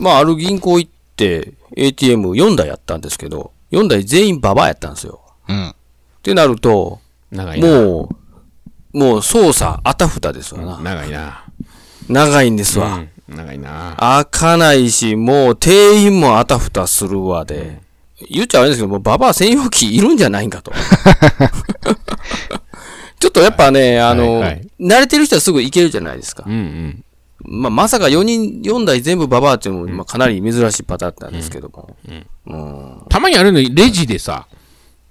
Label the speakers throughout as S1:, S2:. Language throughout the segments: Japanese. S1: まあ、ある銀行行って、ATM4 台やったんですけど、4台全員ババアやったんですよ。
S2: うん。
S1: ってなると、
S2: 長いな。
S1: もう、もう操作あたふたですわな。
S2: 長いな。
S1: 長いんですわ。
S2: うん。長いな。
S1: 開かないし、もう店員もあたふたするわで。言っちゃあれですけど、もうババア専用機いるんじゃないん かと。ちょっとやっぱね、あの、
S2: はいはい
S1: 慣れてる人はすぐ行けるじゃないですか
S2: う。んうん。
S1: まあ、まさか4人、4台全部ババアっていうのも、まあ、かなり珍しいパターンだったんですけども。うん
S2: たまにあるのに、レジでさ、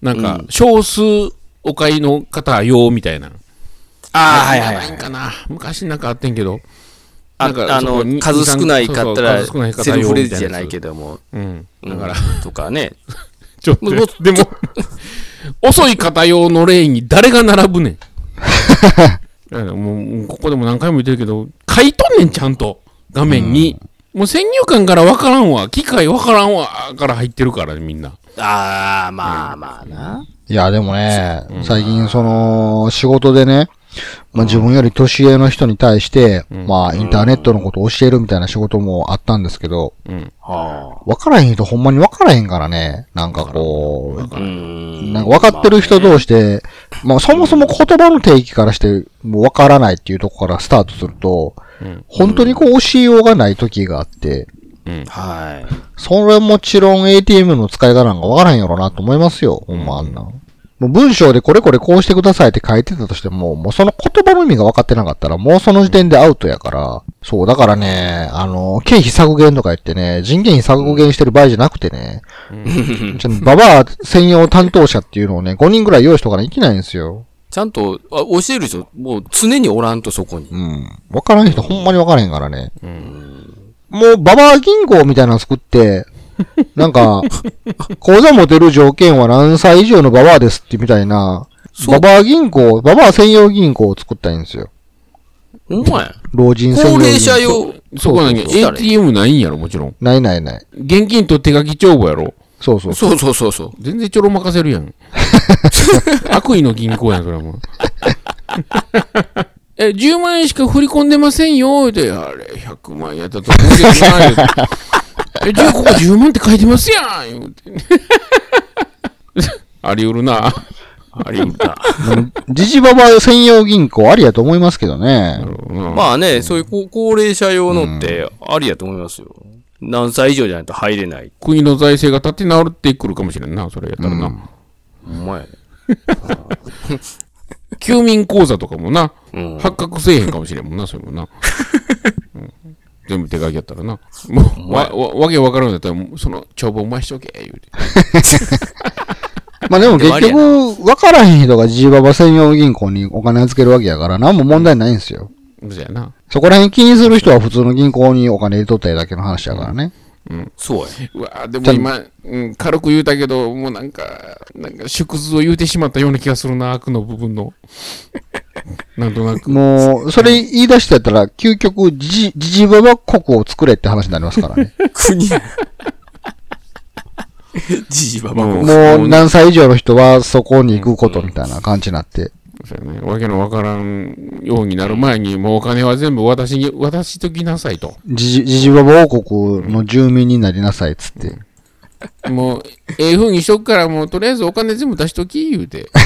S2: なんか、少数お買いの方用みたいな。
S1: ああ、はいはいは
S2: ないん。かな。昔なんかあってんけど。
S1: あ
S2: なんか
S1: あ
S2: そこ
S1: の
S2: に、
S1: 数少ない
S2: そうそ
S1: か
S2: う
S1: ったら、
S2: 数少ない方
S1: セルフ
S2: 用みたいな
S1: レジ
S2: やつ
S1: じゃないけども、
S2: うん。だ
S1: だ
S2: か
S1: からら、、とかね。
S2: ちょっと、
S1: もう
S2: でも、遅い方用のレーンに誰が並ぶねん。だからもう、もうここでも何回も言ってるけど、書いとんねん、ちゃんと。画面に。もう先入観から分からんわ。機械分からんわ。から入ってるからね、みんな。
S1: ああ、まあまあな。
S3: いや、でもね、最近その、仕事でね、まあ自分より年上の人に対して、まあインターネットのことを教えるみたいな仕事もあったんですけど、
S1: は
S3: わからへん人ほんまにわからへんからね、なんかこう、
S1: あ。うん。
S3: なんか分かってる人同士で、まあそもそも言葉の定義からして、もう分からないっていうとこからスタートすると、本当にこう教えようがない時があって、
S1: はい。
S3: それもちろん ATM の使い方なんか分からへんやろなと思いますよ、ほんまあんな。もう文章でこれこれこうしてくださいって書いてたとしても、もうその言葉の意味が分かってなかったら、もうその時点でアウトやから、そう、だからね、あの、経費削減とか言ってね、人件費削減してる場合じゃなくてね、 ちょっとババア専用担当者っていうのをね、5人ぐらい用意しとかないといけないんですよ。
S1: ちゃんと、あ教える人、もう常におらんとそこに。
S3: うん。わからん人ほんまにわからへんからね。もう、ババア銀行みたいなの作って、 なんか、口座持てる条件は何歳以上のババアですってみたいな、ババア銀行、ババア専用銀行を作ったらいいんですよ。
S1: お前、
S3: 老人専用
S1: 高
S3: 銀行。
S1: 齢者用。
S2: そこなん
S1: そう
S2: に
S1: そうそう
S2: ATM ないんやろ、もちろん。
S3: ないないない。
S2: 現金と手書き帳簿やろ。
S3: そうそう。
S1: そうそうそうそう。
S2: 全然ちょろまかせるや ん。悪意の銀行やん、それはもう。 え、10万円しか振り込んでませんよ、で、あれ、100万円やったと思うけどな、言うてえ、じゃあここ10万って書いてますやん、言うて。 あり得るな。
S1: ありんだ。
S3: ジジババア専用銀行ありやと思いますけどね。
S2: うん
S1: まあね、そういう高高齢者用のってありやと思いますよ。何歳以上じゃないと入れない。
S2: 国の財政が立て直ってくるかもしれんな、それやったらな。
S1: お前。
S2: 休眠口座とかもな、
S1: うん
S2: 発覚せえへんかもしれんもんな、それもな。うん全部手書きやったらな。もう、わ、わわけわからんだったら、もうその帳簿お前しとけ、言うて。
S3: まあでも
S1: でも
S3: 結
S1: ありやな
S3: 局、わからへん人がジジババア専用銀行にお金預けるわけやから、何も問題ないんですよ。
S2: そうやな。
S3: そこら辺気にする人は普通の銀行にお金入れとったりだけの話だからね。
S1: そうや。
S2: うわでも今、うん、軽く言うたけど、もうなんか、なんか縮図を言うてしまったような気がするな、悪の部分の。なんとなく。
S3: もう、それ言い出してたら、究極、じじ、じじばば国を作れって話になりますからね。
S1: 国。じじばば
S2: も
S1: こ。
S3: もう、何歳以上の人はそこに行くことみたいな感じになって。
S2: そうやね。わけのわからんようになる前に、もうお金は全部私に、渡しときなさいと。
S3: じじ、じじばば王国の住民になりなさいっつって。
S2: もう、ええ風にしとくから、もうとりあえずお金全部出しとき、言うて。
S3: あ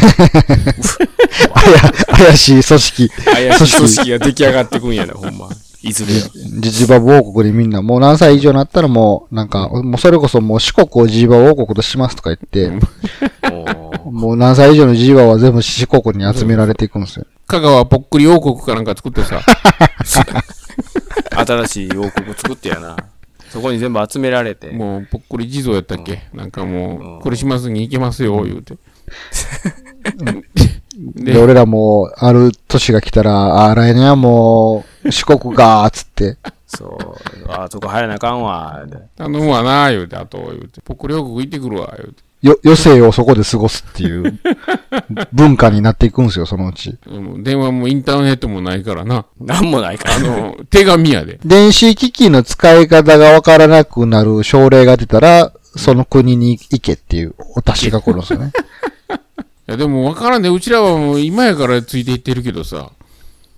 S3: や、怪しい組織。
S1: 怪しい組織が出来上がってくんやな、ほんま。いずれや。
S3: じじばば王国にみんな、もう何歳以上になったらもう、なんか、もうそれこそもう四国をじじばば王国としますとか言って、
S1: おー
S3: もう何歳以上のじじばばは全部四国に集められていくんですよ。
S2: 香川ぽっくり王国かなんか作ってさ、
S1: 新しい王国作ってやな。そこに全部集められて。
S2: もうぽっくり地蔵やったっけ、なんかもう、クリスマスに行けますよ、言うて。
S3: で、
S2: で
S3: 俺らも、ある年が来たら、あー来年はもう、四国かーっつって。
S1: そう。あそこ入らなあかんわ。
S2: 頼むわな、言うて、あと、言うて。ぽっくり王国行ってくるわ、言うて。
S3: よ、余生をそこで過ごすって いう、文化になっていくんですよ、そのうち。
S2: もう電話もインターネットもないからな。
S1: なんもないから
S2: あ。の、手紙やで。
S3: 電子機器の使い方がわからなくなる症例が出たら、その国に行けっていう、お達しが来るんですよ
S2: い
S3: ね。
S2: や、でも分からんね。うちらはもう今やからついていってるけどさ。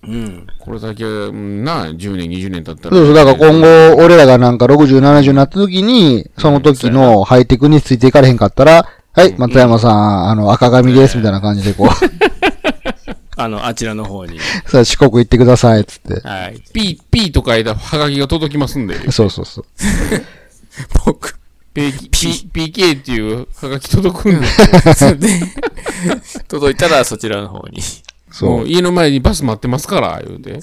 S1: うん。
S2: これだけ、うんな、10年、20年経ったら。
S3: そうそう、だから今後、俺らがなんか60、70になった時に、その時のハイテクについていかれへんかったら、はい、松山さん、あの、赤髪です、みたいな感じでこ う、
S1: あの、あちらの方に。
S3: さあ四国行ってください、つって。
S2: はい。P、P と書いたハガキが届きますんで。
S3: そうそうそう。
S1: 僕。
S2: P、P、PK っていうハガキ届くんで。
S1: で、届いたらそちらの方に。
S2: も
S3: そう
S2: 家の前にバス待ってますから、言うて。
S3: う。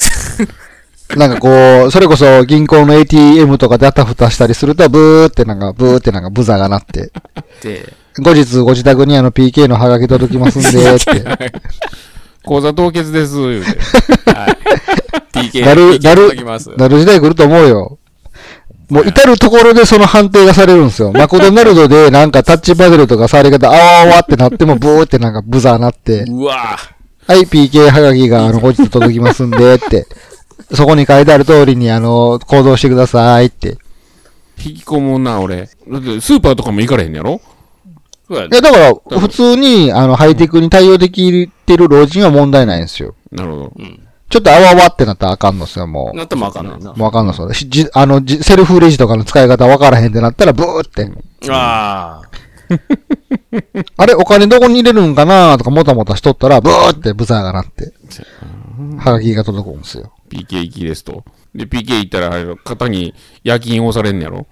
S3: なんかこう、それこそ銀行の ATM とかであたふたしたりすると、ブーってなんか、ブーってなんかブザーが鳴って、
S1: で、
S3: 後日ご自宅にあの PK のハガキ届きますんで、って。
S2: 口座凍結です、言うて。
S1: PK
S3: なる、なる
S1: 届きます、。
S3: なる時代来ると思うよ。もう至るところでその判定がされるんですよ。マクドナルドでなんかタッチパネルとか触り方、あわあわってなってもブーってなんかブザーなって、
S1: うわぁ。
S3: はい、PK ハガキがあの後日届きますんでって、そこに書いてある通りにあの、行動してくださいって。い
S2: 引きこもんな、俺。だって、スーパーとかも行かれへんやろ
S1: そうやね
S3: や、だから普通にあの、ハイテクに対応できてる老人は問題ないんですよ。
S2: なるほど。
S3: ちょっとあわあわってなったらあかんのですよ、もう。
S1: なってもわかんないな。
S3: もうわかんのそうしじあの、じセルフレジとかの使い方わからへんってなったらブーって。
S1: ああ。
S3: あれ、お金どこに入れるんかなとかもたもたしとったら、ブーってブザーが鳴って、はがきが届くんですよ。
S2: PK 行きですと。で、PK 行ったら、あの肩に夜勤押されんねやろ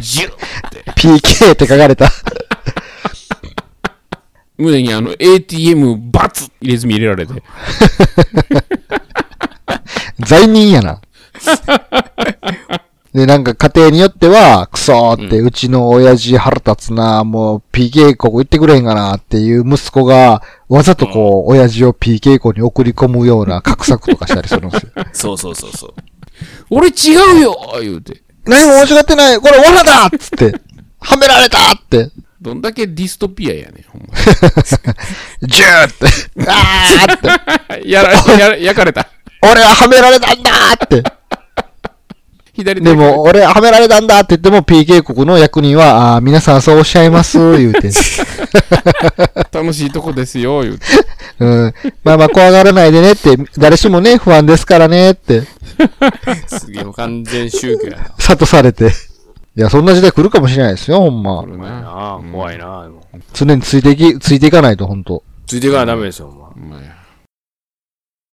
S2: ジュッ
S3: PK って書かれた。
S2: 胸にあの、ATM バツ入れ墨入れられて。
S3: 罪人や な。で、なんか家庭によっては、クソーって、うちの親父腹立つな、もう PK ここ行ってくれへんかなっていう息子が、わざとこう、親父を PK 校に送り込むような格策とかしたりするん ですよ。
S1: そうそうそうそう。
S2: 俺違うよ言うて。
S3: 何も間違ってないこれ罠だっつって、はめられた って、
S2: どんだけディストピアやねん、ほん
S3: ジューって、あーって。
S2: ま。 やら、やら、焼かれた。
S3: 俺ははめられたんだーって。
S2: 左手
S3: でも、俺はめられたんだって言っても、PK 国の役人は、あー皆さんそうおっしゃいます、言う て。
S2: 楽しいとこですよ、言うて。
S3: うん。まあまあ、怖がらないでねって、誰しもね、不安ですからねって、
S1: すげえ、もう完全宗教やな。
S3: 諭されて。いや、そんな時代来るかもしれないですよ、ほんま
S2: こ。れ
S1: 怖い
S2: な。
S1: な怖いなでも
S3: 常についていき、ついていかないと、ほんと。
S1: ついていからダメですよ、お前。
S2: ほんまや